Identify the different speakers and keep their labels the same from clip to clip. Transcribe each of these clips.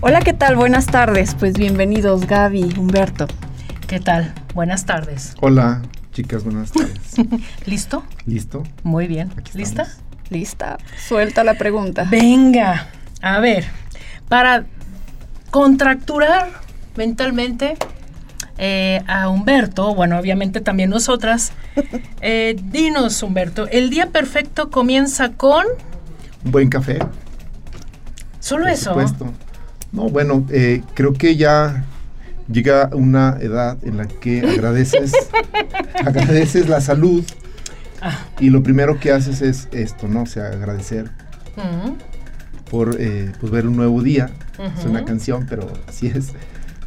Speaker 1: Hola, ¿qué tal? Buenas tardes. Pues bienvenidos Gaby, Humberto.
Speaker 2: ¿Qué tal? Buenas tardes.
Speaker 3: Hola, chicas, buenas tardes.
Speaker 2: ¿Listo?
Speaker 3: ¿Listo?
Speaker 2: Muy bien.
Speaker 3: Aquí
Speaker 2: ¿Lista?
Speaker 3: estamos.
Speaker 1: ¿Lista? Suelta la pregunta.
Speaker 2: Venga. A ver, para contracturar mentalmente eh, a Humberto, bueno, obviamente también nosotras, eh, dinos Humberto, el día perfecto comienza con...
Speaker 3: Un buen café,
Speaker 2: Solo
Speaker 3: por
Speaker 2: eso.
Speaker 3: supuesto. No, bueno, eh, creo que ya llega una edad en la que agradeces, agradeces la salud
Speaker 2: Ah.
Speaker 3: y lo primero que haces es esto, ¿no? O sea, agradecer
Speaker 2: Mm.
Speaker 3: por eh, pues, ver un nuevo día. Es
Speaker 2: Ujú.
Speaker 3: una canción, pero así es.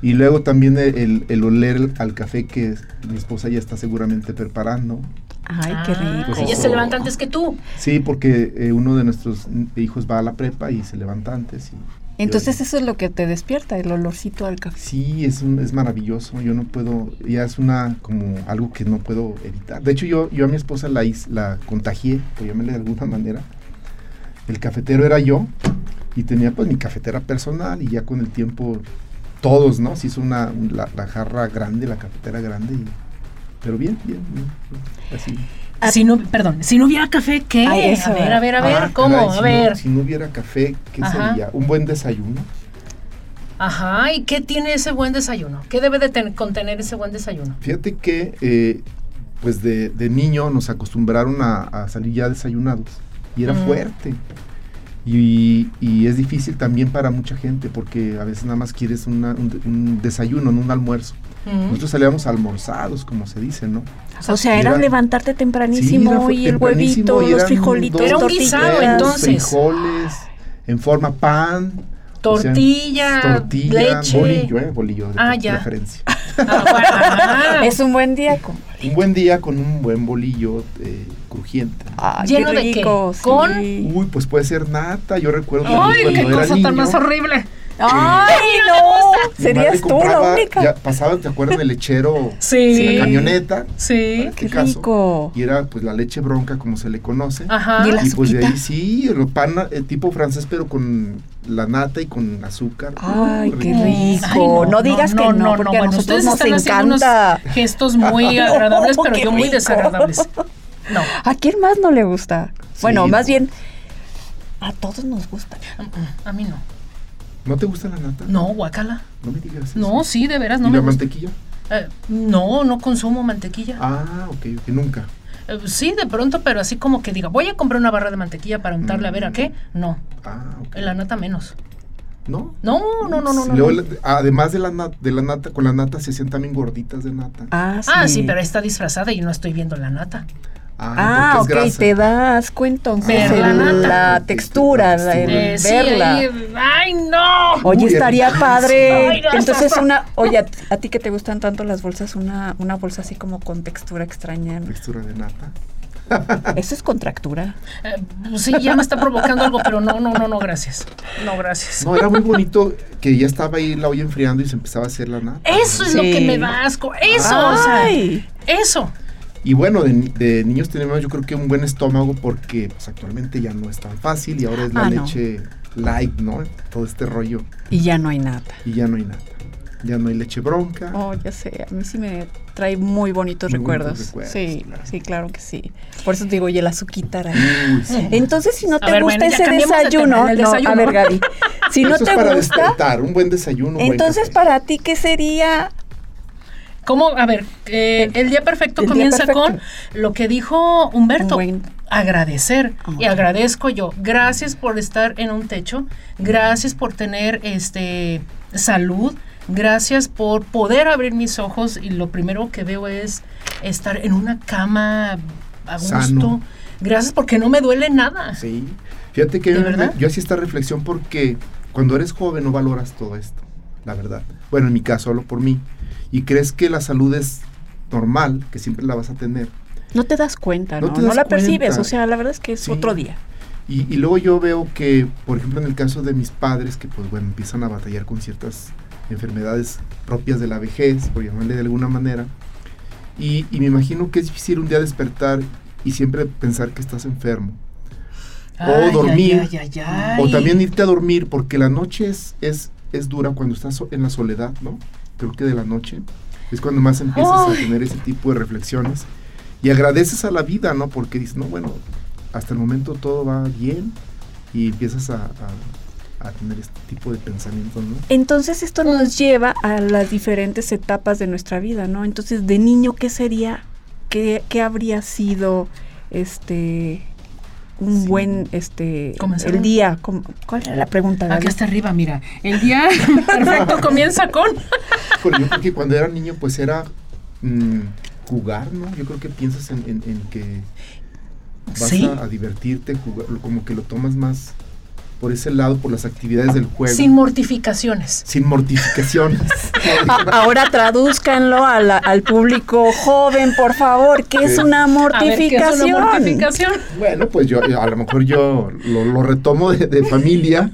Speaker 3: Y luego también el, el- el oler al café que mi esposa ya está seguramente preparando.
Speaker 1: Ay, qué
Speaker 2: Ah,
Speaker 1: rico.
Speaker 2: Ella se levanta antes que tú.
Speaker 3: Sí, porque eh, uno de nuestros hijos va a la prepa y se levanta antes. y-
Speaker 1: Entonces eso es lo que te despierta, el olorcito al café.
Speaker 3: Sí, es, un- es maravilloso. Yo no puedo, ya es una como algo que no puedo evitar. De hecho, yo, yo a mi esposa la, hice- la contagié, por llamarle de alguna manera. El cafetero era yo y tenía pues mi cafetera personal y ya con el tiempo todos, ¿no? Se hizo una, un- la, la jarra grande, la cafetera grande. y- pero bien, bien, bien, bien, así.
Speaker 1: Ah.
Speaker 2: Si no, perdón, si no hubiera café, ¿qué?
Speaker 1: Ay, eso,
Speaker 2: a ver, a ver, a ver,
Speaker 3: Ah,
Speaker 2: ¿cómo?
Speaker 3: caray,
Speaker 2: a
Speaker 3: si
Speaker 2: ver.
Speaker 3: No, si no hubiera café, ¿qué
Speaker 2: Ajá.
Speaker 3: sería? Un buen desayuno.
Speaker 2: Ajá, ¿y qué tiene ese buen desayuno? ¿Qué debe de ten- contener ese buen desayuno?
Speaker 3: Fíjate que, eh, pues de, de niño nos acostumbraron a, a salir ya desayunados y era
Speaker 2: Ujú.
Speaker 3: fuerte. Y, y es difícil también para mucha gente porque a veces nada más quieres una- un, de- un desayuno, no un almuerzo.
Speaker 2: Mm.
Speaker 3: Nosotros salíamos almorzados, como se dice, ¿no?
Speaker 1: O sea,
Speaker 3: era Era-
Speaker 1: levantarte
Speaker 3: Sí, era fu- tempranísimo y eran dos,
Speaker 2: Era un
Speaker 3: tres
Speaker 2: guisado,
Speaker 3: huevos,
Speaker 2: entonces.
Speaker 3: Frijoles, en forma pan. o sea,
Speaker 2: Tortilla,
Speaker 3: tortilla,
Speaker 2: leche.
Speaker 3: bolillo, ¿eh? Bolillo de
Speaker 2: Ah, ya.
Speaker 3: preferencia.
Speaker 2: Ah, bueno, ajá.
Speaker 1: Es un buen día. con-
Speaker 3: Un buen día con un buen bolillo eh, crujiente. ¿no?
Speaker 1: Ay,
Speaker 2: ¿Lleno de qué?
Speaker 1: sí.
Speaker 2: ¿Con?
Speaker 3: Uy, pues puede ser nata. Yo recuerdo también
Speaker 2: ¡Ay, qué
Speaker 3: cuando era
Speaker 2: cosa
Speaker 3: niño,
Speaker 2: tan más horrible!
Speaker 1: ¡Ay, no!
Speaker 3: mi madre
Speaker 1: Serías tú la
Speaker 3: compraba-
Speaker 1: única.
Speaker 3: Ya pasaba, ¿te acuerdas del lechero?
Speaker 2: Sí.
Speaker 3: En la camioneta. para
Speaker 2: Sí.
Speaker 3: este
Speaker 1: ¡Qué
Speaker 3: caso,
Speaker 1: rico!
Speaker 3: Y era pues la leche bronca, como se le conoce.
Speaker 2: Ajá.
Speaker 1: Y la-
Speaker 3: Y pues de ahí
Speaker 1: azuquita.
Speaker 3: sí, el pan eh, tipo francés, pero con la nata y con azúcar.
Speaker 2: Ah.
Speaker 1: Ay,
Speaker 3: Uh,
Speaker 1: qué
Speaker 3: rico.
Speaker 1: rico.
Speaker 2: Ay, no,
Speaker 1: no, digas que no, porque a
Speaker 2: bueno,
Speaker 1: nosotros
Speaker 2: ustedes
Speaker 1: nos
Speaker 2: están haciendo
Speaker 1: encanta.
Speaker 2: unos gestos muy agradables, pero
Speaker 1: qué
Speaker 2: yo muy
Speaker 1: rico.
Speaker 2: desagradables. No.
Speaker 1: ¿A quién más no le gusta?
Speaker 3: Sí,
Speaker 1: Bueno, más
Speaker 3: no.
Speaker 1: bien, a todos nos gusta.
Speaker 2: mm, A mí no.
Speaker 3: ¿No te gusta la nata?
Speaker 2: No, guacala.
Speaker 3: No me digas. eso.
Speaker 2: No, sí, de veras,
Speaker 3: ¿Y
Speaker 2: no
Speaker 3: la
Speaker 2: me gusta.
Speaker 3: mantequilla?
Speaker 2: Eh, no, no consumo mantequilla.
Speaker 3: Ah, ok, ok, nunca.
Speaker 2: Eh, Sí, de pronto, pero así como que diga, voy a comprar una barra de mantequilla para untarle a ver
Speaker 3: Mm.
Speaker 2: a qué. No,
Speaker 3: Ah, ok.
Speaker 2: en la nata menos.
Speaker 3: ¿No?
Speaker 2: No, no, no, no. no,
Speaker 3: Luego
Speaker 2: no.
Speaker 3: la- además de la, nata, de la nata, con la nata se hacían también gorditas de nata.
Speaker 1: Ah,
Speaker 2: Ah, sí, pero está disfrazada y no estoy viendo la nata.
Speaker 1: Ah, ok,
Speaker 3: porque es grasa.
Speaker 1: te das cuenta entonces
Speaker 2: Ver la
Speaker 1: el-
Speaker 2: nata.
Speaker 1: la textura, la- el
Speaker 3: Eh,
Speaker 2: sí,
Speaker 1: verla.
Speaker 2: ahí- ¡Ay, no!
Speaker 1: Oye,
Speaker 3: Uy,
Speaker 1: estaría
Speaker 3: el-
Speaker 1: padre.
Speaker 2: Ay, no,
Speaker 1: Entonces
Speaker 2: está-
Speaker 1: una, oye, a, a ti que te gustan tanto las bolsas, una, una bolsa así como con textura extraña. ¿no?
Speaker 3: Textura de nata.
Speaker 1: Eso es contractura.
Speaker 2: Eh, pues sí, ya me está provocando algo, pero no, no, no, no, gracias. No, gracias.
Speaker 3: No, era muy bonito que ya estaba ahí la olla enfriando y se empezaba a hacer la nata.
Speaker 2: Eso es lo
Speaker 1: Sí.
Speaker 2: que me da asco. Eso,
Speaker 1: Ah, Ay.
Speaker 2: o sea, eso.
Speaker 3: Y bueno, de, ni- de niños tenemos yo creo que un buen estómago porque pues, actualmente ya no es tan fácil y ahora es la
Speaker 1: Ah, no.
Speaker 3: leche light, ¿no? Todo este rollo
Speaker 1: Y ya no hay nata.
Speaker 3: y ya no hay nata. Ya no hay leche bronca.
Speaker 1: Oh, ya sé, a mí sí me trae muy bonitos
Speaker 3: Ah. Muy
Speaker 1: recuerdos.
Speaker 3: bonitos recuerdos,
Speaker 1: sí,
Speaker 3: claro.
Speaker 1: sí, claro que sí. Por eso te digo, oye, la azuquita era-
Speaker 3: Uy, sí.
Speaker 1: Entonces, si no
Speaker 2: A
Speaker 1: te
Speaker 2: ver,
Speaker 1: gusta
Speaker 2: bueno, ya
Speaker 1: ese
Speaker 2: cambiemos de
Speaker 1: desayuno,
Speaker 2: tema, el
Speaker 1: no,
Speaker 2: desayuno.
Speaker 1: a ver, Gaby, si no
Speaker 3: Eso
Speaker 1: te
Speaker 3: es para
Speaker 1: gusta,
Speaker 3: despertar, un buen desayuno. un buen
Speaker 1: entonces
Speaker 3: café.
Speaker 1: para ti, ¿qué sería?
Speaker 2: ¿Cómo? A ver, eh, el día perfecto
Speaker 1: El día
Speaker 2: comienza
Speaker 1: perfecto.
Speaker 2: con lo que dijo Humberto,
Speaker 1: Un buen-
Speaker 2: agradecer.
Speaker 1: Ah,
Speaker 2: Y
Speaker 1: ok.
Speaker 2: agradezco yo. Gracias por estar en un techo, gracias por tener este salud, gracias por poder abrir mis ojos y lo primero que veo es estar en una cama a gusto.
Speaker 3: Sano.
Speaker 2: Gracias porque no me duele nada.
Speaker 3: Sí. Fíjate que
Speaker 2: ¿De
Speaker 3: yo,
Speaker 2: verdad?
Speaker 3: yo hacía esta reflexión porque cuando eres joven no valoras todo esto, la verdad. Bueno, en mi caso hablo por mí. y crees que la salud es normal, que siempre la vas a tener.
Speaker 1: No te das cuenta, ¿no?
Speaker 3: No
Speaker 1: No,
Speaker 3: te das
Speaker 1: la percibes,
Speaker 3: cuenta.
Speaker 1: o sea, la verdad es que es
Speaker 3: Sí.
Speaker 1: otro día.
Speaker 3: Y, y luego yo veo que, por ejemplo, en el caso de mis padres, que pues bueno, empiezan a batallar con ciertas enfermedades propias de la vejez, por llamarle de alguna manera, y, y me imagino que es difícil un día despertar y siempre pensar que estás enfermo.
Speaker 2: Ay,
Speaker 3: dormir,
Speaker 2: ay, ay, ay,
Speaker 3: O
Speaker 2: ay.
Speaker 3: también irte a dormir, porque la noche es, es, es dura cuando estás so- en la soledad, ¿no? Creo que de la noche es cuando más empiezas a
Speaker 2: Ay.
Speaker 3: tener ese tipo de reflexiones. Y agradeces a la vida, ¿no? Porque dices, no, bueno, hasta el momento todo va bien y empiezas a, a- a tener este tipo de pensamientos, ¿no?
Speaker 1: Entonces esto nos lleva a las diferentes etapas de nuestra vida, ¿no? Entonces, de niño, ¿qué sería? ¿Qué, qué habría sido este un
Speaker 3: Sí.
Speaker 1: buen este
Speaker 2: Comenzar
Speaker 1: el
Speaker 2: un- Ah,
Speaker 1: día? Com- ¿Cuál era la pregunta? Gaby?
Speaker 2: Aquí está arriba, mira. El día perfecto comienza con.
Speaker 3: Porque yo creo que cuando era niño, pues era mm, jugar, ¿no? Yo creo que piensas en, en- en que vas
Speaker 2: Sí.
Speaker 3: a, a divertirte, jugar, como que lo tomas más por ese lado, por las actividades del juego.
Speaker 2: Sin mortificaciones.
Speaker 3: sin mortificaciones.
Speaker 1: A- ahora tradúzcanlo a la- al público joven, por favor, ¿qué es
Speaker 3: Sí.
Speaker 1: una
Speaker 2: A ver, ¿qué es una
Speaker 1: mortificación?
Speaker 2: mortificación?
Speaker 3: bueno, pues yo, yo- a lo mejor yo lo, lo retomo de, de familia,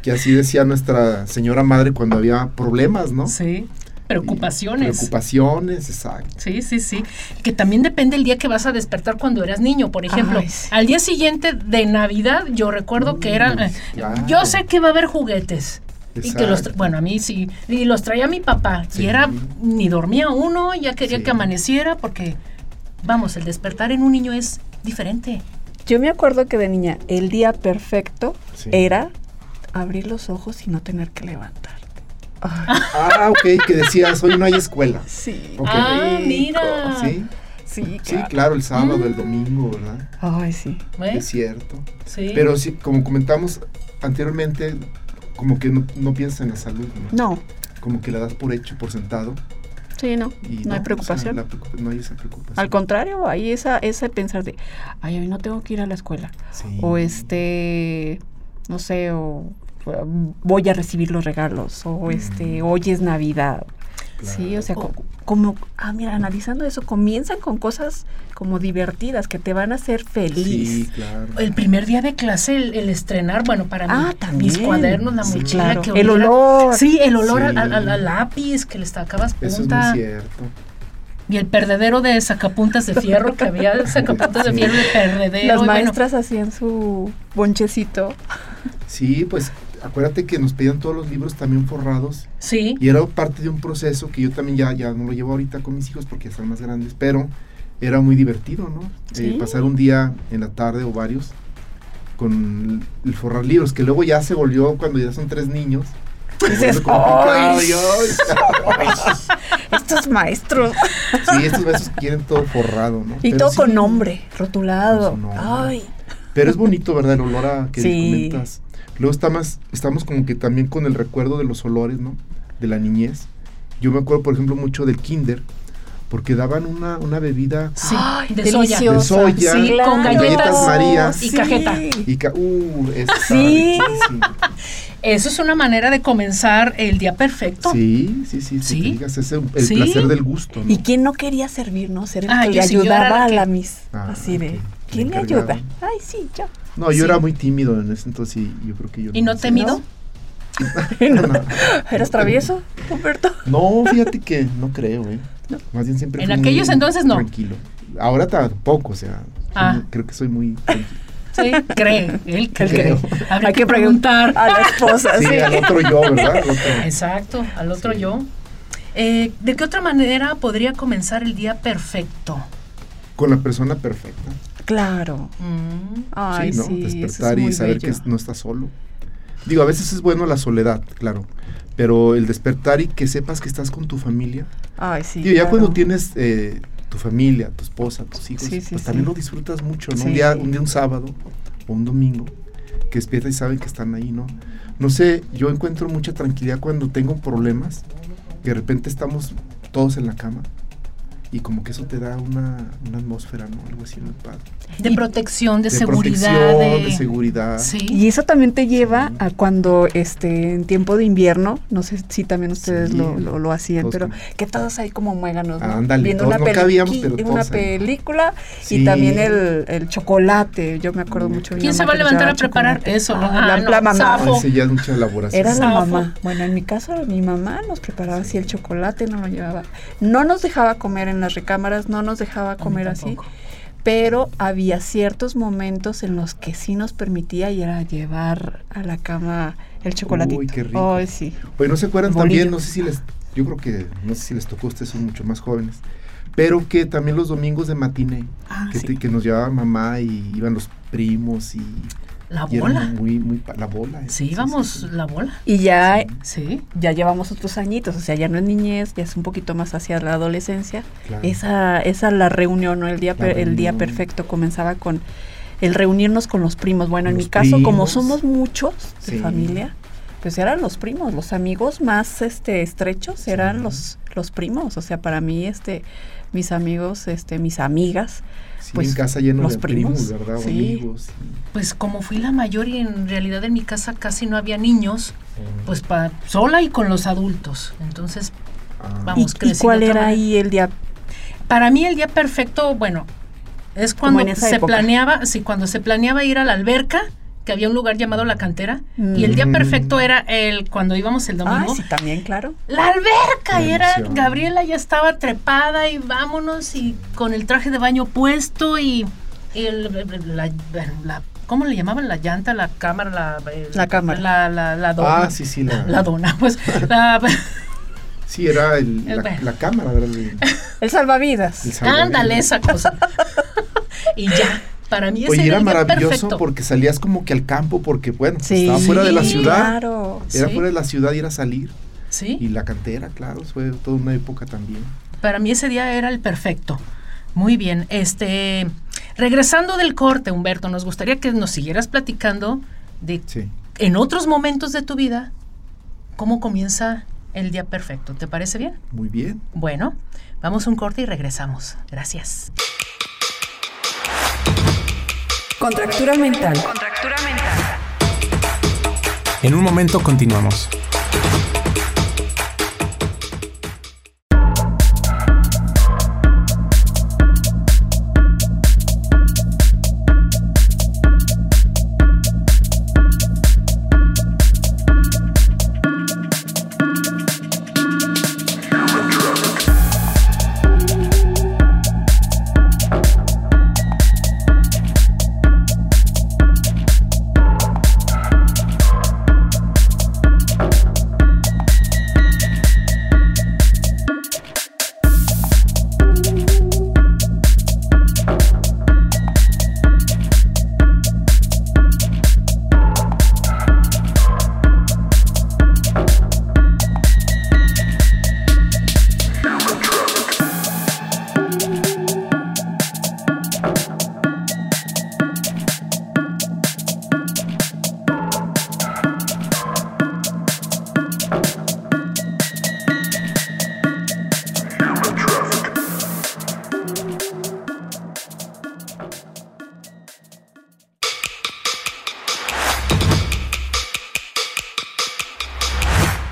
Speaker 3: que así decía nuestra señora madre cuando había problemas, ¿no?
Speaker 2: Sí.
Speaker 3: Y
Speaker 2: Preocupaciones.
Speaker 3: Preocupaciones, exacto.
Speaker 2: Sí, sí, sí. Que también depende el día que vas a despertar cuando eras niño. Por ejemplo,
Speaker 1: Ay, sí.
Speaker 2: al día siguiente de Navidad, yo recuerdo que era.
Speaker 3: Mm,
Speaker 2: eh,
Speaker 3: claro.
Speaker 2: Yo sé que va a haber juguetes. Y que los. tra-
Speaker 3: exacto.
Speaker 2: Bueno, a mí sí. Y los traía mi papá.
Speaker 3: Sí.
Speaker 2: Y era. Ni dormía uno, ya quería
Speaker 3: Sí.
Speaker 2: que amaneciera, porque. Vamos, el despertar en un niño es diferente.
Speaker 1: Yo me acuerdo que de niña el día perfecto
Speaker 3: Sí.
Speaker 1: era abrir los ojos y no tener que levantarte. Ah,
Speaker 3: Ah, ok, que decías, hoy no hay escuela.
Speaker 1: sí,
Speaker 3: Ok.
Speaker 2: Ah,
Speaker 1: rico.
Speaker 2: mira.
Speaker 3: Sí,
Speaker 1: sí,
Speaker 3: sí,
Speaker 1: claro.
Speaker 3: claro, el sábado,
Speaker 2: Mm.
Speaker 3: el domingo, ¿verdad?
Speaker 1: Ay, sí.
Speaker 2: ¿Ves?
Speaker 3: Es cierto.
Speaker 2: Sí.
Speaker 3: Pero sí, como comentamos anteriormente, como que no, no piensas en la salud, ¿no?
Speaker 1: No,
Speaker 3: Como que la das por hecho, por sentado.
Speaker 1: sí, no.
Speaker 3: y pues,
Speaker 1: no hay
Speaker 3: o sea,
Speaker 1: preocupación.
Speaker 3: la preocupa- no hay esa preocupación.
Speaker 1: Al contrario, hay esa, ese pensar de, ay, hoy no tengo que ir a la escuela.
Speaker 3: Sí.
Speaker 1: O este, no sé, o um, voy a recibir los regalos. O este,
Speaker 3: Mm.
Speaker 1: hoy es Navidad. Sí, o sea,
Speaker 2: O-
Speaker 1: co- como, ah, mira, analizando eso, comienzan con cosas como divertidas que te van a hacer feliz.
Speaker 3: Sí, claro.
Speaker 2: El primer día de clase, el, el estrenar, bueno, para mí,
Speaker 1: Ah, también.
Speaker 2: mis cuadernos, la
Speaker 1: Sí,
Speaker 2: mochila,
Speaker 1: claro.
Speaker 2: que
Speaker 1: El
Speaker 2: oliera-
Speaker 1: olor.
Speaker 2: Sí, el olor
Speaker 3: Sí.
Speaker 2: al, al- al- al lápiz que le sacabas
Speaker 3: Eso es muy
Speaker 2: punta.
Speaker 3: cierto.
Speaker 2: y el perdedero de sacapuntas de fierro, que había sacapuntas de
Speaker 3: Sí.
Speaker 2: fierro de perdedero.
Speaker 1: Las
Speaker 2: y bueno,
Speaker 1: maestras hacían su bonchecito.
Speaker 3: Sí, pues acuérdate que nos pedían todos los libros también forrados
Speaker 2: sí,
Speaker 3: y era parte de un proceso que yo también ya, ya no lo llevo ahorita con mis hijos porque ya están más grandes, pero era muy divertido, ¿no? Eh,
Speaker 1: Sí.
Speaker 3: pasar un día en la tarde o varios con el, el forrar libros, que luego ya se volvió cuando ya son tres niños. se
Speaker 1: Dices,
Speaker 3: vuelve complicado,
Speaker 1: Pues "Ay,
Speaker 3: y, ay".
Speaker 1: Estos maestros.
Speaker 3: Sí, estos besos quieren todo forrado, ¿no?
Speaker 1: Y
Speaker 3: Pero
Speaker 1: todo
Speaker 3: sí,
Speaker 1: con nombre, rotulado.
Speaker 3: Con su nombre.
Speaker 1: Ay,
Speaker 3: Pero es bonito, ¿verdad? El olor a que
Speaker 1: Sí.
Speaker 3: comentas. Luego está más, estamos como que también con el recuerdo de los olores, ¿no? De la niñez. Yo me acuerdo, por ejemplo, mucho del kinder, porque daban una, una bebida
Speaker 2: sí,
Speaker 1: Ay,
Speaker 2: de soya.
Speaker 1: deliciosa.
Speaker 3: de soya,
Speaker 2: Sí, con
Speaker 3: galletas María.
Speaker 2: y cajeta.
Speaker 3: y ca- uh, esa estaba
Speaker 1: Sí.
Speaker 3: riquísima.
Speaker 2: Eso es una manera de comenzar el día perfecto.
Speaker 3: Sí, sí, sí, sí.
Speaker 2: Sí.
Speaker 3: que digas, ese- el
Speaker 2: Sí.
Speaker 3: placer del gusto, ¿no?
Speaker 1: ¿Y quién no quería servirnos? Era el
Speaker 2: Ah,
Speaker 1: que
Speaker 2: yo
Speaker 1: le
Speaker 2: sí, yo era
Speaker 1: ayudaba
Speaker 2: la
Speaker 1: a
Speaker 2: que-
Speaker 1: la Miss.
Speaker 3: Ah,
Speaker 1: Así de,
Speaker 3: ok.
Speaker 1: ¿quién me
Speaker 3: Encargada.
Speaker 1: ayuda? Ay, sí, yo.
Speaker 3: No, yo
Speaker 2: Sí.
Speaker 3: era muy tímido en ese entonces y yo creo que yo
Speaker 2: ¿Y no temido?
Speaker 3: No.
Speaker 1: ¿Eras travieso, Humberto?
Speaker 3: No, fíjate que no creo, ¿eh? Más bien siempre
Speaker 2: En
Speaker 3: fui
Speaker 2: aquellos
Speaker 3: muy
Speaker 2: entonces, no.
Speaker 3: Tranquilo. Ahora tampoco, o sea, soy
Speaker 2: Ah.
Speaker 3: muy- creo que soy muy tranquilo.
Speaker 2: Sí, cree, él cree.
Speaker 3: creo.
Speaker 2: Habría
Speaker 1: Hay Ah.
Speaker 2: que preguntar.
Speaker 1: a la esposa.
Speaker 3: Sí,
Speaker 1: sí.
Speaker 3: al otro yo, ¿verdad? Al otro.
Speaker 2: Exacto, al otro
Speaker 3: Sí.
Speaker 2: yo. Eh, ¿De qué otra manera podría comenzar el día perfecto?
Speaker 3: Con la persona perfecta.
Speaker 1: Claro.
Speaker 2: Mm,
Speaker 1: Ay, sí,
Speaker 3: ¿no?
Speaker 1: eso es
Speaker 3: Despertar
Speaker 1: muy
Speaker 3: y saber
Speaker 1: bello.
Speaker 3: que no estás solo. Digo, a veces es bueno la soledad, claro. Pero el despertar y que sepas que estás con tu familia.
Speaker 1: Ay, sí.
Speaker 3: Digo, ya
Speaker 1: claro.
Speaker 3: cuando tienes eh, tu familia, tu esposa, tus hijos,
Speaker 1: Sí, sí,
Speaker 3: pues
Speaker 1: sí.
Speaker 3: también lo disfrutas mucho, ¿no?
Speaker 1: Sí.
Speaker 3: Un, día, un día, un sábado o un domingo, que despiertas y saben que están ahí, ¿no? No sé, yo encuentro mucha tranquilidad cuando tengo problemas, que de repente estamos todos en la cama Y como que eso te da una, una atmósfera, ¿no? Algo así muy padre.
Speaker 2: De
Speaker 1: Y-
Speaker 2: protección, de, seguridad.
Speaker 3: protección,
Speaker 2: de-
Speaker 3: de seguridad.
Speaker 2: Sí.
Speaker 1: Y eso también te lleva
Speaker 3: Sí.
Speaker 1: a cuando este en tiempo de invierno, no sé si también ustedes
Speaker 3: Sí.
Speaker 1: lo, lo- lo hacían,
Speaker 3: Todos
Speaker 1: pero
Speaker 3: como-
Speaker 1: que todos ahí como muéganos, ¿no?
Speaker 3: Ándale,
Speaker 1: viendo
Speaker 3: todos
Speaker 1: una,
Speaker 3: no
Speaker 1: peli-
Speaker 3: cabíamos, pero
Speaker 1: una
Speaker 3: todos ahí.
Speaker 1: película y
Speaker 3: Sí.
Speaker 1: también el, el chocolate, yo me acuerdo
Speaker 3: Mm.
Speaker 1: mucho. de mi
Speaker 2: ¿Quién se
Speaker 1: mamá
Speaker 2: va a
Speaker 1: que nos llevaba
Speaker 2: levantar a preparar
Speaker 1: chocolate.
Speaker 2: eso?
Speaker 1: Ah,
Speaker 2: Ah,
Speaker 1: la,
Speaker 2: no,
Speaker 1: la mamá.
Speaker 2: zafo.
Speaker 3: Ah, ese ya es mucha elaboración.
Speaker 1: Era la
Speaker 2: Zafo.
Speaker 1: mamá. Bueno, en mi caso, mi mamá nos preparaba así el chocolate, no lo llevaba. No nos dejaba comer en las recámaras, no nos dejaba comer así,
Speaker 2: tampoco.
Speaker 1: pero había ciertos momentos en los que sí nos permitía y era llevar a la cama el chocolatito.
Speaker 3: Uy, qué rico.
Speaker 1: Ay, sí.
Speaker 3: Oye, Pues ¿no se acuerdan
Speaker 1: Bolillo.
Speaker 3: también? No sé si les, yo creo que, no sé si les tocó, ustedes son mucho más jóvenes, pero que también los domingos de matiné,
Speaker 1: Ah,
Speaker 3: que,
Speaker 1: sí.
Speaker 3: te- que nos llevaba mamá y iban los primos y,
Speaker 2: La
Speaker 3: y era
Speaker 2: bola.
Speaker 3: muy, muy, pa- la bola. eh,
Speaker 2: Sí, íbamos
Speaker 3: sí, sí.
Speaker 2: la bola.
Speaker 1: Y ya,
Speaker 2: Sí.
Speaker 1: ya llevamos otros añitos, o sea, ya no es niñez, ya es un poquito más hacia la adolescencia.
Speaker 3: Claro.
Speaker 1: Esa, esa la reunión, ¿no? El día,
Speaker 3: La
Speaker 1: per- el día
Speaker 3: reunión.
Speaker 1: perfecto comenzaba con el reunirnos con los primos. Bueno, en
Speaker 3: Los
Speaker 1: mi caso, como
Speaker 3: primos.
Speaker 1: somos muchos de
Speaker 3: Sí.
Speaker 1: familia, pues eran los primos, los amigos más este estrechos eran
Speaker 3: Sí.
Speaker 1: los, los primos. O sea, para mí, este, mis amigos, este, mis amigas,
Speaker 3: Sí,
Speaker 1: pues,
Speaker 3: en casa lleno
Speaker 1: los
Speaker 3: de primos,
Speaker 1: primos,
Speaker 3: ¿verdad? O
Speaker 1: sí.
Speaker 3: Amigos.
Speaker 2: Pues como fui la mayor y en realidad en mi casa casi no había niños,
Speaker 3: y-
Speaker 2: pues pa- sola y con los adultos. Entonces,
Speaker 3: Ah,
Speaker 2: vamos.
Speaker 1: ¿Y,
Speaker 2: Vamos,
Speaker 1: y
Speaker 2: creciendo
Speaker 1: cuál
Speaker 2: de otra
Speaker 1: era
Speaker 2: manera.
Speaker 1: ahí el día?
Speaker 2: para mí el día perfecto, bueno, es
Speaker 1: Como
Speaker 2: cuando
Speaker 1: en esa
Speaker 2: se
Speaker 1: época.
Speaker 2: planeaba, sí, cuando se planeaba ir a la alberca, que había un lugar llamado La Cantera, y el día
Speaker 3: Mm.
Speaker 2: perfecto era el cuando íbamos el
Speaker 1: Ah,
Speaker 2: domingo.
Speaker 1: sí, también, claro.
Speaker 2: La alberca,
Speaker 3: Qué
Speaker 2: y era
Speaker 3: emoción.
Speaker 2: Gabriela ya estaba trepada y vámonos y con el traje de baño puesto y, y el- la, la- ¿cómo le llamaban? La llanta, la cámara, la el-
Speaker 1: La cámara.
Speaker 2: la la, la dona,
Speaker 3: Ah, sí, sí, la,
Speaker 2: la dona, pues la,
Speaker 3: sí, era el-
Speaker 2: El
Speaker 3: la,
Speaker 2: ver-
Speaker 3: la cámara, ¿verdad? El-
Speaker 1: El salvavidas.
Speaker 3: el salvavidas.
Speaker 2: ándale esa cosa y ya para mí ese
Speaker 3: Oye,
Speaker 2: era
Speaker 3: era
Speaker 2: el día
Speaker 3: maravilloso
Speaker 2: perfecto.
Speaker 3: porque salías como que al campo, porque bueno, pues,
Speaker 1: Sí.
Speaker 3: estaba fuera de la
Speaker 2: Sí,
Speaker 3: ciudad.
Speaker 1: Claro.
Speaker 3: Era
Speaker 2: Sí.
Speaker 3: fuera de la ciudad y era salir.
Speaker 2: sí.
Speaker 3: Y la cantera, claro, fue toda una época también.
Speaker 2: Para mí ese día era el perfecto. Muy bien. Este, regresando del corte, Humberto, nos gustaría que nos siguieras platicando de
Speaker 3: Sí.
Speaker 2: en otros momentos de tu vida cómo comienza el día perfecto. ¿Te parece bien?
Speaker 3: Muy bien.
Speaker 2: Bueno, vamos a un corte y regresamos. Gracias.
Speaker 4: Contractura mental.
Speaker 5: En un momento continuamos.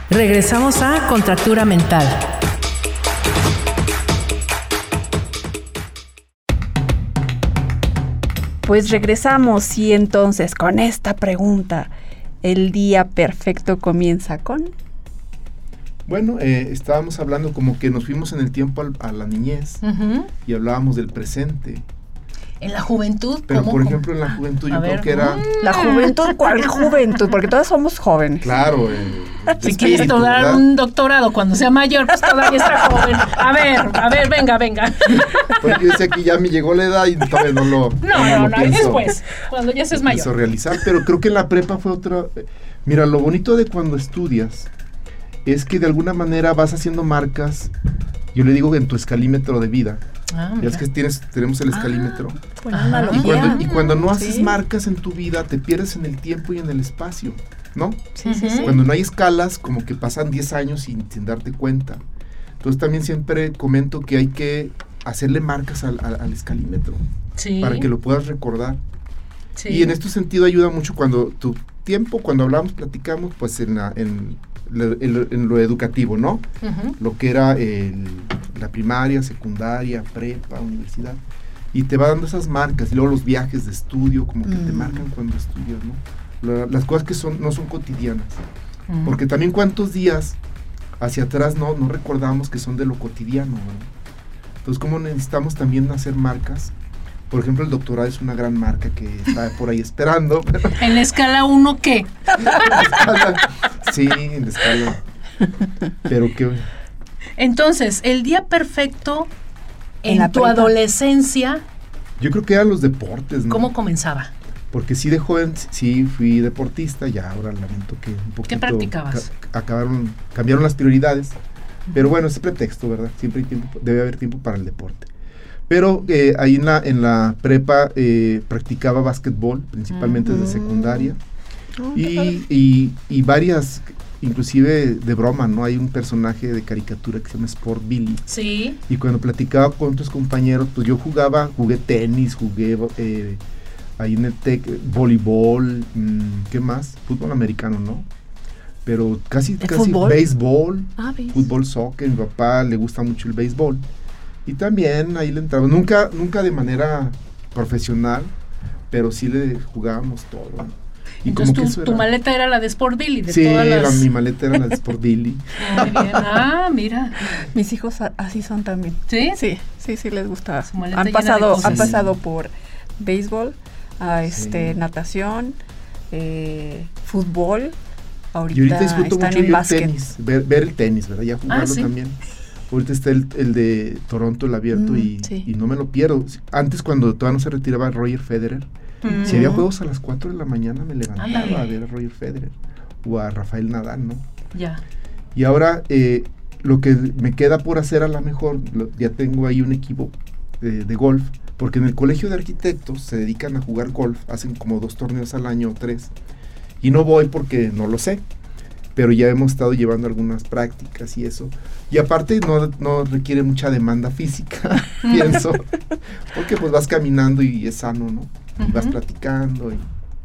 Speaker 4: Regresamos a Contractura mental.
Speaker 1: Pues regresamos y entonces con esta pregunta, el día perfecto comienza con...
Speaker 3: Bueno, eh, estábamos hablando como que nos fuimos en el tiempo al- a la niñez
Speaker 2: Ujú.
Speaker 3: y hablábamos del presente.
Speaker 2: En la juventud,
Speaker 3: Pero,
Speaker 2: ¿cómo
Speaker 3: por
Speaker 2: com-
Speaker 3: ejemplo, en la juventud
Speaker 2: A
Speaker 3: yo creo
Speaker 2: ver,
Speaker 3: que era,
Speaker 2: mm.
Speaker 1: La juventud, ¿cuál juventud? Porque todos somos jóvenes.
Speaker 3: claro, el, el
Speaker 2: Si quieres
Speaker 3: espíritu,
Speaker 2: dar
Speaker 3: ¿verdad?
Speaker 2: un doctorado cuando sea mayor, pues todavía está joven. A ver, a ver, venga, venga.
Speaker 3: Pues yo decía que ya me llegó la edad y todavía no lo
Speaker 2: No,
Speaker 3: lo
Speaker 2: no, no,
Speaker 3: pienso-
Speaker 2: después, cuando ya seas
Speaker 3: pienso
Speaker 2: mayor.
Speaker 3: realizar, pero creo que en la prepa fue otra... eh, Mira, lo bonito de cuando estudias es que de alguna manera vas haciendo marcas, yo le digo que en tu escalímetro de vida.
Speaker 2: Ah,
Speaker 3: Ya
Speaker 2: mira.
Speaker 3: ves que tienes, tenemos el escalímetro.
Speaker 1: Con
Speaker 2: Ajá.
Speaker 1: analogía.
Speaker 3: Y cuando, y cuando no haces
Speaker 1: Ah, Sí.
Speaker 3: marcas en tu vida, te pierdes en el tiempo y en el espacio, ¿no?
Speaker 1: Sí, sí, sí.
Speaker 3: Cuando no hay escalas, como que pasan 10 años sin, sin darte cuenta. Entonces también siempre comento que hay que hacerle marcas al, al- al escalímetro
Speaker 2: Sí.
Speaker 3: para que lo puedas recordar.
Speaker 2: sí.
Speaker 3: Y en este sentido ayuda mucho cuando tu tiempo, cuando hablamos, platicamos, pues en, la- en lo- en lo- en lo educativo, ¿no?
Speaker 2: Ujú.
Speaker 3: lo que era el- la primaria, secundaria, prepa, universidad. Y te va dando esas marcas. Y luego los viajes de estudio, como que te
Speaker 1: Mm.
Speaker 3: marcan cuando estudias, ¿no? La- las cosas que son, no son cotidianas.
Speaker 2: Ujú.
Speaker 3: Porque también cuántos días hacia atrás no, no recordamos que son de lo cotidiano, ¿no? Entonces, ¿cómo necesitamos también hacer marcas? Por ejemplo, el doctorado es una gran marca que está por ahí esperando. pero-
Speaker 2: En la escala 1, ¿qué?
Speaker 3: sí, en la escala. Pero que...
Speaker 2: Entonces, el día perfecto
Speaker 1: En
Speaker 2: en,
Speaker 1: la
Speaker 2: tu
Speaker 1: prepa.
Speaker 2: adolescencia,
Speaker 3: Yo creo que eran los deportes, ¿no?
Speaker 2: ¿cómo comenzaba?
Speaker 3: Porque sí de joven, sí fui deportista, ya ahora lamento que un poquito...
Speaker 2: practicabas?
Speaker 3: ca- acabaron, cambiaron las prioridades. Pero bueno, es pretexto, ¿verdad? Siempre hay tiempo, debe haber tiempo para el deporte. Pero eh, ahí en la, en la prepa eh, practicaba básquetbol, principalmente desde
Speaker 1: Mm. Ah,
Speaker 3: secundaria. Y, y- y varias, inclusive de broma, ¿no? Hay un personaje de caricatura que se llama Sport Billy.
Speaker 2: Sí.
Speaker 3: Y cuando platicaba con tus compañeros, pues yo jugaba, jugué tenis, jugué eh, ahí en el TEC, eh, voleibol, mm, ¿qué más? Fútbol americano, ¿no? Pero casi,
Speaker 1: ¿De
Speaker 3: casi
Speaker 1: fútbol?
Speaker 3: béisbol,
Speaker 1: Ah, ¿ves?
Speaker 3: fútbol, soccer, mi papá le gusta mucho el béisbol. Y también ahí le entraba, nunca, nunca de manera profesional, pero sí le jugábamos todo. ¿no? Y
Speaker 2: Entonces,
Speaker 3: que
Speaker 2: tu,
Speaker 3: eso
Speaker 2: tu
Speaker 3: era-
Speaker 2: maleta era la de Sport Billy, de
Speaker 3: Sí,
Speaker 2: todas
Speaker 3: era-
Speaker 2: las.
Speaker 3: mi maleta era la de Sport Billy.
Speaker 2: Muy bien. Ah, mira.
Speaker 1: Mis hijos a- así son también.
Speaker 2: Sí.
Speaker 1: Sí, sí, sí les gusta.
Speaker 2: Su maleta
Speaker 1: Han
Speaker 2: llena de
Speaker 1: pasado,
Speaker 2: cosas.
Speaker 1: han pasado por béisbol, a este
Speaker 3: Sí.
Speaker 1: natación, eh, fútbol. Ahorita,
Speaker 3: Y ahorita disfruto
Speaker 1: están
Speaker 3: mucho
Speaker 1: en
Speaker 3: yo el
Speaker 1: básquet. Ah,
Speaker 3: tenis, ver, ver el tenis, ¿verdad? Ya jugarlo
Speaker 2: sí.
Speaker 3: también. Ahorita está el, el de Toronto, el abierto,
Speaker 1: Mm,
Speaker 3: y,
Speaker 1: sí.
Speaker 3: y no me lo pierdo. Antes, cuando todavía no se retiraba Roger Federer,
Speaker 2: Mm.
Speaker 3: si había juegos a las 4 de la mañana, me levantaba
Speaker 2: Ándale.
Speaker 3: a ver a Roger Federer o a Rafael Nadal, ¿no?
Speaker 2: Ya.
Speaker 3: Y ahora eh, lo que me queda por hacer a lo mejor, lo- ya tengo ahí un equipo eh, de golf, porque en el colegio de arquitectos se dedican a jugar golf, hacen como dos torneos al año o tres, y no voy porque no lo sé, pero ya hemos estado llevando algunas prácticas y eso. Y aparte no, no requiere mucha demanda física, pienso, porque pues vas caminando y es sano, ¿no? Y vas
Speaker 2: Ujú.
Speaker 3: platicando y,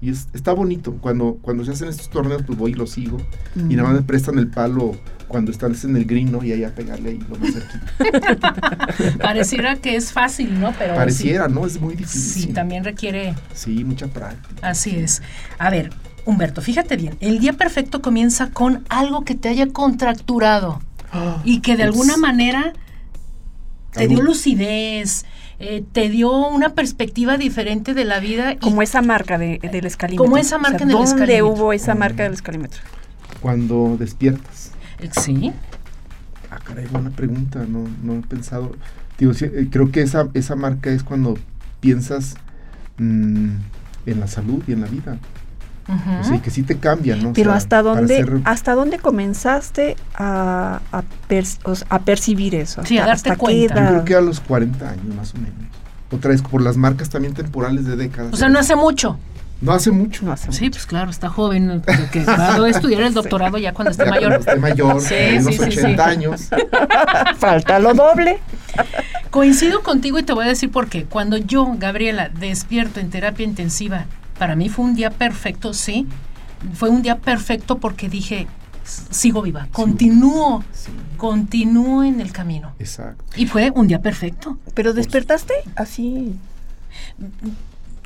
Speaker 3: y es- está bonito. Cuando, cuando se hacen estos torneos, pues voy y los sigo. Y nada más me prestan el palo cuando estás en el green, ¿no? Y ahí a pegarle y lo más cerquita.
Speaker 2: Pareciera que es fácil, ¿no? Pero sí.
Speaker 3: Pareciera, ¿no? Es muy
Speaker 2: Sí,
Speaker 3: difícil.
Speaker 2: también requiere.
Speaker 3: Sí, mucha práctica.
Speaker 2: Así es. A ver, Humberto, fíjate bien. El día perfecto comienza con algo que te haya contracturado y que de
Speaker 3: Ups.
Speaker 2: alguna manera te
Speaker 3: Algo-
Speaker 2: dio lucidez, eh, te dio una perspectiva diferente de la vida. y-
Speaker 1: Como esa marca de- del escalímetro.
Speaker 2: Como esa marca en el
Speaker 1: ¿dónde
Speaker 2: escalímetro?
Speaker 1: hubo esa
Speaker 3: Mm.
Speaker 1: marca del escalímetro?
Speaker 3: Cuando despiertas.
Speaker 2: Eh, sí,
Speaker 3: Ah, caray, buena pregunta. No, no he pensado. Digo, sí, eh, creo que esa, esa marca es cuando piensas mm, en la salud y en la vida.
Speaker 2: ujú.
Speaker 3: O sea, y que sí te cambia, ¿no? O
Speaker 1: Pero
Speaker 3: sea,
Speaker 1: hasta
Speaker 3: para
Speaker 1: dónde,
Speaker 3: ser-
Speaker 1: hasta dónde comenzaste a, a, pers- o sea, a percibir eso.
Speaker 2: Sí, a
Speaker 1: ¿Hasta-
Speaker 2: darte
Speaker 1: hasta qué
Speaker 2: cuenta.
Speaker 3: yo
Speaker 1: edad?
Speaker 3: creo que a los 40 años, más o menos. Otra vez, por las marcas también temporales de décadas.
Speaker 2: O sea, no hace mucho.
Speaker 3: No hace mucho.
Speaker 1: No hace
Speaker 2: Sí, pues claro, está joven, Pues que- que va a estudiar el doctorado ya cuando esté
Speaker 3: Ya cuando
Speaker 2: mayor.
Speaker 3: esté mayor,
Speaker 2: Sí,
Speaker 3: de unos
Speaker 2: sí, sí, sí.
Speaker 3: 80 años.
Speaker 1: Falta lo doble.
Speaker 2: Coincido contigo y te voy a decir por qué. Cuando yo, Gabriela, despierto en terapia intensiva, para mí fue un día perfecto, sí. Fue un día perfecto porque dije, "S- sigo viva, continúo,
Speaker 3: Sí,
Speaker 2: continúo en el camino.
Speaker 3: exacto.
Speaker 2: Y fue un día perfecto.
Speaker 1: Pero
Speaker 3: Pues,
Speaker 1: despertaste así.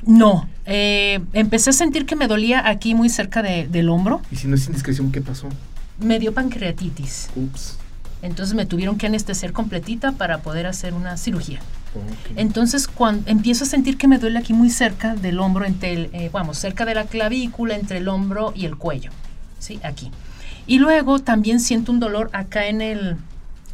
Speaker 2: No, eh, empecé a sentir que me dolía aquí muy cerca de- del hombro.
Speaker 3: Y si no es indiscreción, ¿qué pasó?
Speaker 2: Me dio pancreatitis.
Speaker 3: Ups.
Speaker 2: Entonces me tuvieron que anestesiar completita para poder hacer una cirugía.
Speaker 3: ok.
Speaker 2: Entonces, cuando empiezo a sentir que me duele aquí muy cerca del hombro, entre el, eh, vamos, cerca de la clavícula, entre el hombro y el cuello, ¿sí? Aquí. Y luego también siento un dolor acá en el,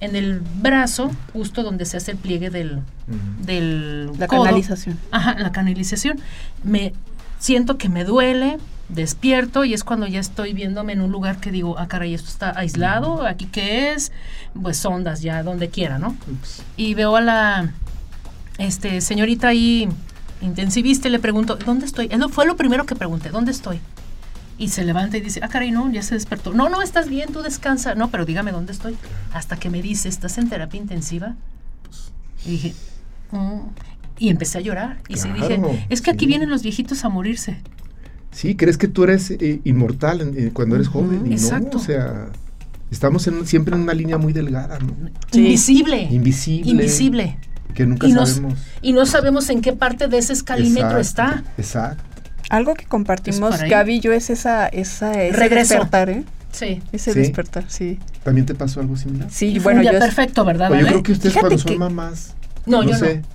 Speaker 2: en el brazo, justo donde se hace el pliegue del,
Speaker 3: Mm.
Speaker 2: del
Speaker 1: La
Speaker 2: codo.
Speaker 1: canalización.
Speaker 2: Ajá, la canalización. Me siento que me duele, despierto y es cuando ya estoy viéndome en un lugar que digo, ah, caray, esto está aislado, aquí qué es, pues ondas ya, donde quiera, ¿no?
Speaker 3: Ups.
Speaker 2: y veo a la este, señorita ahí intensivista y le pregunto, ¿dónde estoy? Es lo- fue lo primero que pregunté, ¿dónde estoy? Y se levanta y dice, ah, caray, no, ya se despertó. No, no, estás bien, tú descansa. No, pero dígame dónde estoy. Hasta que me dice, ¿estás en terapia intensiva? Y dije, Mm. Y empecé a llorar. Y sí
Speaker 3: Claro,
Speaker 2: dije, es que aquí
Speaker 3: sí.
Speaker 2: vienen los viejitos a morirse.
Speaker 3: Sí, crees que tú eres eh, inmortal en- eh, cuando eres joven. y
Speaker 2: exacto.
Speaker 3: No, o sea, estamos en, siempre en una línea muy delgada, ¿no?
Speaker 6: Sí.
Speaker 2: Invisible.
Speaker 1: Eh,
Speaker 3: Invisible.
Speaker 2: Invisible.
Speaker 3: Que nunca
Speaker 2: Y no,
Speaker 3: sabemos.
Speaker 2: y no sabemos en qué parte de ese escalímetro está.
Speaker 3: Exacto, Exacto.
Speaker 1: Algo que
Speaker 2: Es
Speaker 1: compartimos,
Speaker 2: por ahí.
Speaker 1: Gaby, yo es esa, esa, ese
Speaker 2: Regreso.
Speaker 1: despertar, ¿eh?
Speaker 2: Sí.
Speaker 1: Ese
Speaker 3: Sí.
Speaker 1: despertar, sí.
Speaker 3: ¿También te pasó algo similar?
Speaker 1: Sí,
Speaker 2: Y fue
Speaker 1: bueno,
Speaker 2: un día
Speaker 1: yo,
Speaker 2: perfecto, ¿verdad?
Speaker 3: Pues yo
Speaker 2: Ale?
Speaker 3: creo que ustedes
Speaker 1: ¿eh? Fíjate
Speaker 3: cuando son
Speaker 1: que-
Speaker 3: mamás,
Speaker 2: no, yo
Speaker 3: sé,
Speaker 2: no.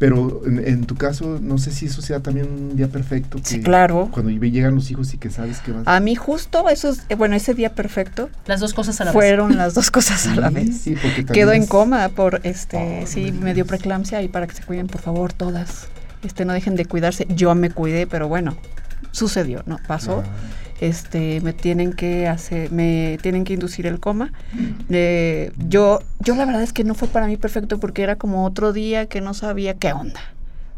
Speaker 3: pero en, en tu caso, no sé si eso sea también un día perfecto.
Speaker 1: sí,
Speaker 3: que
Speaker 1: claro. Ah,
Speaker 3: Cuando llegan los hijos y que sabes que vas
Speaker 1: A mí justo esos, eh, bueno, ese día perfecto
Speaker 2: Las dos cosas a la vez.
Speaker 1: fueron las dos cosas a la
Speaker 3: Sí,
Speaker 1: vez.
Speaker 3: sí, porque también
Speaker 1: Quedo en
Speaker 3: es-
Speaker 1: coma por este,
Speaker 2: Oh,
Speaker 3: Ay,
Speaker 1: sí,
Speaker 3: no
Speaker 1: me dio
Speaker 3: digas.
Speaker 1: preeclampsia y para que se cuiden, por favor, todas. Este, no dejen de cuidarse. Yo me cuidé, pero bueno, sucedió, no, pasó.
Speaker 3: Ah,
Speaker 1: Este, me tienen que hacer, me tienen que inducir el coma. Eh, yo, yo la verdad es que no fue para mí perfecto porque era como otro día que no sabía qué onda.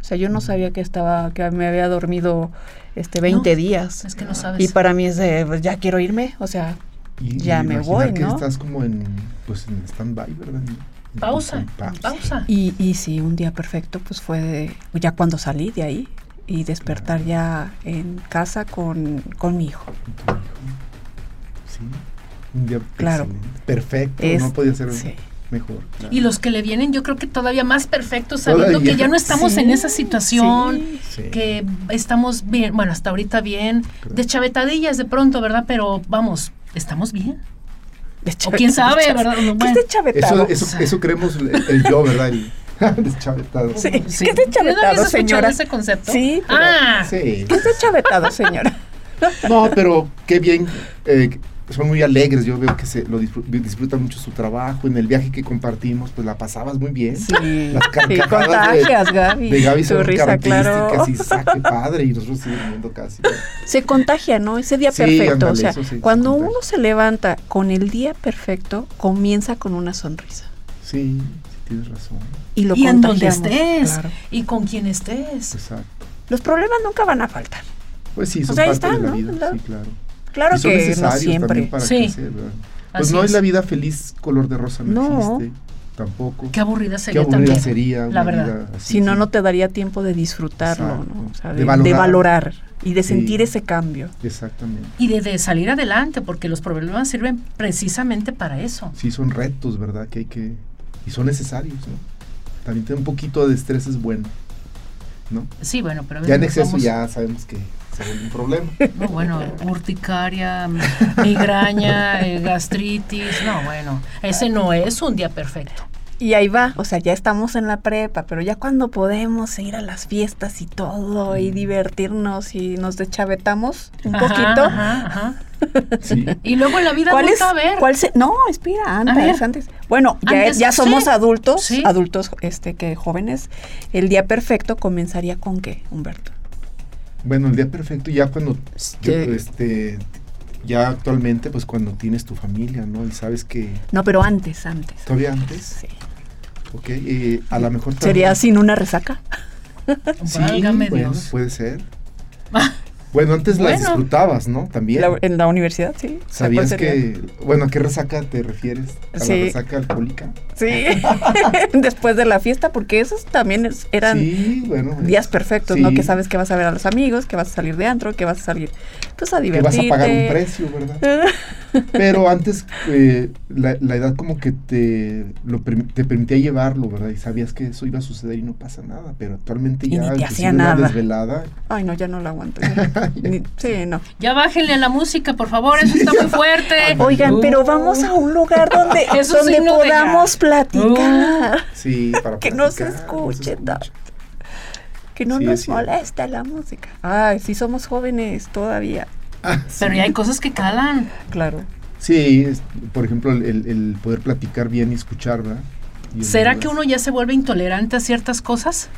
Speaker 1: O sea, yo no sabía que estaba, que me había dormido este 20
Speaker 2: No,
Speaker 1: días.
Speaker 2: Es que no sabes.
Speaker 1: Y para mí es de, pues, ya quiero irme, o sea,
Speaker 3: y-
Speaker 1: Ya
Speaker 3: y
Speaker 1: me
Speaker 3: imaginar
Speaker 1: voy,
Speaker 3: que
Speaker 1: ¿no?
Speaker 3: estás como en, pues, en stand-by, ¿verdad? En- en-
Speaker 2: Pausa.
Speaker 3: en pausa.
Speaker 2: Pausa.
Speaker 1: Y, y sí, un día perfecto, pues fue de- ya cuando salí de ahí y despertar ya en casa con, con mi hijo.
Speaker 3: con tu hijo. Sí. Un día
Speaker 1: Claro.
Speaker 3: excelente. perfecto.
Speaker 1: Es-
Speaker 3: no podía ser
Speaker 1: sí.
Speaker 3: mejor. claro.
Speaker 2: Y los que le vienen, yo creo que todavía más perfectos, sabiendo
Speaker 3: Todavía.
Speaker 2: que ya no estamos
Speaker 1: Sí,
Speaker 2: en esa situación,
Speaker 3: Sí.
Speaker 2: que estamos bien, bueno, hasta ahorita bien,
Speaker 3: Claro.
Speaker 2: de chavetadillas de pronto, ¿verdad? Pero vamos, ¿estamos bien? O quién sabe, ¿verdad? Bueno,
Speaker 1: ¿Qué es de chavetado?
Speaker 3: Eso, eso, eso creemos el, el yo, ¿verdad? El, deschavetado.
Speaker 1: Sí. ¿Qué es de
Speaker 2: ¿No
Speaker 1: chavetado,
Speaker 2: habías escuchado
Speaker 1: señora?
Speaker 2: ese concepto?
Speaker 1: Sí, pero-
Speaker 2: Ah,
Speaker 3: Sí.
Speaker 1: ¿Qué es de chavetado, señora?
Speaker 3: No, pero qué bien. eh, son muy alegres. Yo veo que se lo disfru- disfrutan mucho su trabajo. En el viaje que compartimos, pues la pasabas muy bien.
Speaker 1: Sí,
Speaker 3: Las
Speaker 1: sí,
Speaker 3: carcajadas
Speaker 1: contagias, Gaby.
Speaker 3: De Gaby
Speaker 1: tu
Speaker 3: son
Speaker 1: risa, claro. Oh,
Speaker 3: características y sa, qué padre. Y nosotros seguimos viendo casi.
Speaker 1: Se contagia, ¿no? Ese día
Speaker 3: Sí,
Speaker 1: perfecto.
Speaker 3: ándale,
Speaker 1: o sea,
Speaker 3: eso sí, se
Speaker 1: cuando
Speaker 3: contagia.
Speaker 1: uno se levanta con el día perfecto, comienza con una sonrisa.
Speaker 3: Sí, sí, tienes razón.
Speaker 1: Y lo
Speaker 2: y en donde
Speaker 1: contagiamos,
Speaker 2: estés,
Speaker 1: claro.
Speaker 2: y con quien estés.
Speaker 3: Exacto.
Speaker 1: Los problemas nunca van a faltar.
Speaker 3: Pues sí, son
Speaker 1: sea, ahí
Speaker 3: parte de
Speaker 1: están,
Speaker 3: la
Speaker 1: ¿no?
Speaker 3: vida.
Speaker 1: Claro.
Speaker 3: Sí, claro.
Speaker 1: Claro
Speaker 3: Y son
Speaker 1: que no
Speaker 3: necesarios
Speaker 1: siempre.
Speaker 3: también para
Speaker 2: Sí.
Speaker 3: crecer, ¿verdad? Pues
Speaker 2: Así
Speaker 3: no es
Speaker 2: es.
Speaker 3: la vida feliz color de rosa, no,
Speaker 1: No.
Speaker 3: existe. Tampoco.
Speaker 2: Qué aburrida
Speaker 3: Qué
Speaker 2: sería
Speaker 3: aburrida
Speaker 2: también.
Speaker 3: sería
Speaker 2: la
Speaker 3: una
Speaker 2: verdad.
Speaker 3: vida así,
Speaker 1: Si no,
Speaker 3: sí.
Speaker 1: no te daría tiempo de disfrutarlo, ¿no? O sea, de,
Speaker 3: Exacto.
Speaker 1: de
Speaker 3: De
Speaker 1: valorar.
Speaker 3: valorar.
Speaker 1: y de
Speaker 3: Sí.
Speaker 1: sentir ese cambio.
Speaker 3: Exactamente.
Speaker 2: Y de, de salir adelante, porque los problemas sirven precisamente para eso.
Speaker 3: Sí, son retos, ¿verdad? Que hay que... Y son necesarios, ¿no? También tener un poquito de estrés es bueno, ¿no?
Speaker 2: Sí, bueno, pero a
Speaker 3: Ya en
Speaker 2: veces
Speaker 3: exceso
Speaker 2: vamos-
Speaker 3: ya sabemos que se vuelve un problema.
Speaker 2: No, bueno, urticaria, m- migraña, eh, gastritis. No, bueno, ese no es un día perfecto.
Speaker 1: Y ahí va, o sea, ya estamos en la prepa, pero ya cuando podemos ir a las fiestas y todo,
Speaker 3: Mm.
Speaker 1: y divertirnos y nos deschavetamos un
Speaker 2: Ajá,
Speaker 1: poquito.
Speaker 2: ajá, ajá.
Speaker 3: Sí.
Speaker 2: Y luego en la vida
Speaker 1: ¿Cuál es?
Speaker 2: adulta, a ver.
Speaker 1: ¿Cuál se- no, espera, antes,
Speaker 2: ver.
Speaker 1: antes. Bueno, ya,
Speaker 2: Antes,
Speaker 1: ya somos
Speaker 2: sí,
Speaker 1: adultos,
Speaker 2: sí.
Speaker 1: adultos este que jóvenes. El día perfecto comenzaría con qué, Humberto?
Speaker 3: Bueno, el día perfecto ya cuando... yo,
Speaker 1: Sí.
Speaker 3: este, ya actualmente, pues cuando tienes tu familia, ¿no? Y sabes que
Speaker 1: No, pero antes, antes.
Speaker 3: todavía antes,
Speaker 1: Sí.
Speaker 3: ¿ok? Eh, a lo mejor...
Speaker 1: Sería
Speaker 3: también-
Speaker 1: sin una resaca.
Speaker 3: Sí,
Speaker 2: Válgame
Speaker 3: bueno,
Speaker 2: Dios.
Speaker 3: puede ser. Bueno, antes la
Speaker 2: Bueno.
Speaker 3: disfrutabas, ¿no? También.
Speaker 1: La- en la universidad, sí. O sea, ¿cuál
Speaker 3: ¿Sabías
Speaker 1: sería?
Speaker 3: que... Bueno, ¿a qué resaca te refieres? ¿A
Speaker 1: Sí.
Speaker 3: la resaca alcohólica?
Speaker 1: Sí, después de la fiesta, porque esos también es- eran
Speaker 3: sí, bueno, eh, es-
Speaker 1: días perfectos, ¿no?
Speaker 3: sí,
Speaker 1: Que sabes que vas a ver a los amigos, que vas a salir de antro, que vas a salir, pues, a
Speaker 3: que
Speaker 1: divertirte.
Speaker 3: vas a pagar un precio, ¿verdad? Pero antes eh, la, la edad como que te, lo, permi- te permitía llevarlo, ¿verdad? Y sabías que eso iba a suceder y no pasa nada, pero actualmente
Speaker 1: Y
Speaker 3: ya
Speaker 1: ni te
Speaker 3: inclusive
Speaker 1: hacía
Speaker 3: una
Speaker 1: nada.
Speaker 3: desvelada.
Speaker 1: Ay, no, ya no lo aguanto. ya. Ni- sí, no.
Speaker 2: Ya bájenle a la música, por favor, eso está muy fuerte.
Speaker 1: Oigan,
Speaker 2: Uh,
Speaker 1: pero vamos a un lugar donde,
Speaker 2: Eso
Speaker 1: donde
Speaker 2: sí no
Speaker 1: podamos platicar.
Speaker 3: Sí, para
Speaker 1: Que no se
Speaker 3: platicar, no se
Speaker 1: escuche, no. Que no
Speaker 3: Sí,
Speaker 1: nos
Speaker 3: es cierto.
Speaker 1: moleste la música. Ay, sí somos jóvenes todavía.
Speaker 2: Pero ya hay cosas que calan.
Speaker 1: Claro.
Speaker 3: Ah, Sí, es- por ejemplo, el, el- el poder platicar bien y escuchar, ¿verdad? Y el-
Speaker 2: ¿Será que uno ya se vuelve intolerante a ciertas cosas?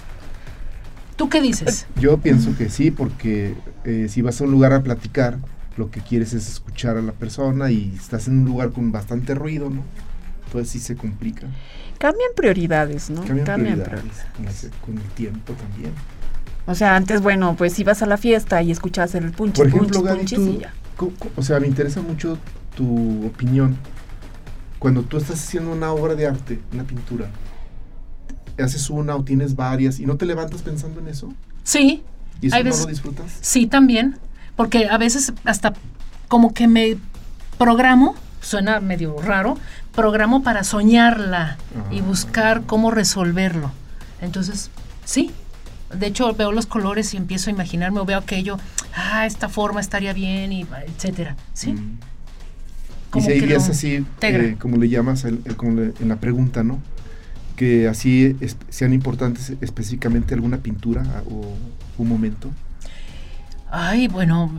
Speaker 2: ¿Tú qué dices?
Speaker 1: Eh.
Speaker 3: Yo pienso que sí, porque eh, si vas a un lugar a platicar, lo que quieres es escuchar a la persona y estás en un lugar con bastante ruido, ¿no? Entonces sí se complica.
Speaker 1: Cambian prioridades, ¿no?
Speaker 3: Cambian prioridades con el- con el tiempo también.
Speaker 1: O sea, antes, bueno, pues ibas a la fiesta y escuchabas el punchi,
Speaker 3: Por ejemplo,
Speaker 1: punchi,
Speaker 3: Gaby,
Speaker 1: punchis
Speaker 3: tú-
Speaker 1: y ya.
Speaker 3: co- co- o sea, me interesa mucho tu opinión. Cuando tú estás haciendo una obra de arte, una pintura, haces una o tienes varias y no te levantas pensando en eso?
Speaker 2: Sí,
Speaker 3: ¿Y eso
Speaker 2: Hay
Speaker 3: no
Speaker 2: veces-
Speaker 3: lo disfrutas?
Speaker 2: sí también, porque a veces hasta como que me programo, suena medio raro, programo para soñarla y
Speaker 3: Ah.
Speaker 2: buscar cómo resolverlo. Entonces, sí. De hecho, veo los colores y empiezo a imaginarme o veo aquello, ah, esta forma estaría bien y etcétera, ¿sí?
Speaker 3: Mm.
Speaker 2: Como
Speaker 3: y si
Speaker 2: que
Speaker 3: ahí es
Speaker 2: lo
Speaker 3: así,
Speaker 2: integra.
Speaker 3: eh, como le llamas el- el- como le- en la pregunta, ¿no? Que así es- sean importantes específicamente alguna pintura a- o un momento.
Speaker 2: Ay, bueno,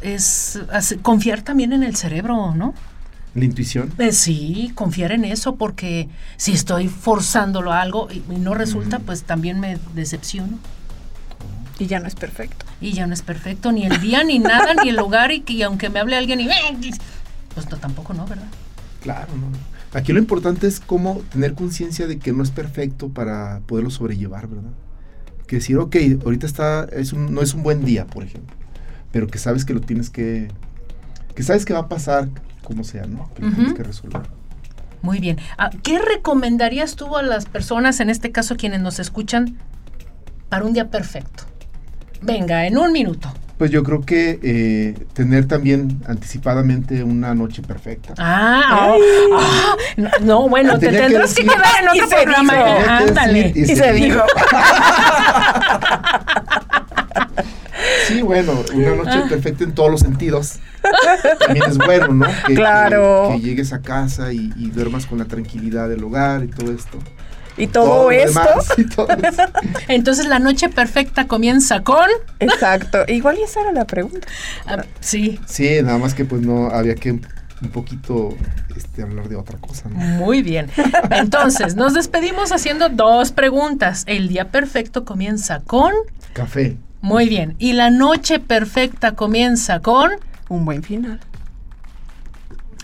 Speaker 2: es hace- confiar también en el cerebro, ¿no?
Speaker 3: La intuición.
Speaker 2: Eh, sí, confiar en eso, porque si estoy forzándolo a algo y, y no resulta,
Speaker 3: Mm.
Speaker 2: pues también me decepciono.
Speaker 1: Y ya no es perfecto.
Speaker 2: Y ya no es perfecto, ni el día, ni nada, ni el lugar, y, que- y aunque me hable alguien y... Pues no, tampoco no, ¿verdad?
Speaker 3: Claro, no. Aquí lo importante es cómo tener conciencia de que no es perfecto para poderlo sobrellevar, ¿verdad? Que decir, ok, ahorita está, es un- no es un buen día, por ejemplo, pero que sabes que lo tienes que, que sabes que va a pasar como sea, ¿no? Que lo tienes
Speaker 2: Ujú.
Speaker 3: que resolver.
Speaker 2: Muy bien. Ah, ¿Qué recomendarías tú a las personas, en este caso quienes nos escuchan, para un día perfecto? Venga, en un minuto.
Speaker 3: Pues yo creo que eh, tener también anticipadamente una noche perfecta.
Speaker 2: Ah, ah, ah, no, no, bueno, te
Speaker 3: Tenía que
Speaker 2: tendrás que,
Speaker 3: decir.
Speaker 2: quedar en otro programa.
Speaker 3: Tenía
Speaker 2: eh,
Speaker 3: que
Speaker 2: Ándale.
Speaker 3: decir Sí, bueno, una noche perfecta en todos los sentidos. También es bueno, ¿no? Que-
Speaker 1: Claro.
Speaker 3: Que, que llegues a casa y, y duermas con la tranquilidad del hogar y todo esto.
Speaker 1: Y todo,
Speaker 3: lo
Speaker 1: esto.
Speaker 3: demás y todo eso.
Speaker 2: Entonces la noche perfecta comienza con...
Speaker 1: Exacto. Igual y esa era la pregunta.
Speaker 2: ah, sí,
Speaker 3: Sí, nada más que pues no había que un poquito este, hablar de otra cosa, ¿no?
Speaker 2: muy bien. Entonces nos despedimos haciendo dos preguntas. El día perfecto comienza con...
Speaker 3: Café.
Speaker 2: Muy bien. Y la noche perfecta comienza con...
Speaker 1: Un buen final.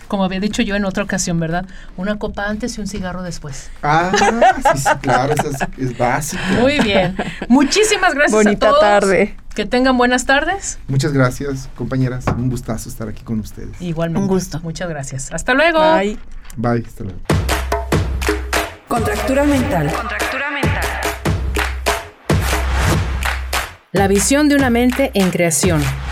Speaker 2: Como había dicho yo en otra ocasión, ¿verdad? Una copa antes y un cigarro después.
Speaker 3: Ah, sí, sí, claro, eso es, es básico.
Speaker 2: Muy bien. Muchísimas gracias
Speaker 1: Bonita
Speaker 2: a todos.
Speaker 1: tarde.
Speaker 2: Que tengan buenas tardes.
Speaker 3: Muchas gracias, compañeras. Un gustazo estar aquí con ustedes.
Speaker 2: Igualmente.
Speaker 1: Un gusto.
Speaker 2: Muchas gracias. Hasta luego.
Speaker 1: Bye.
Speaker 3: Bye, hasta luego.
Speaker 4: Contractura mental. La visión de una mente en creación.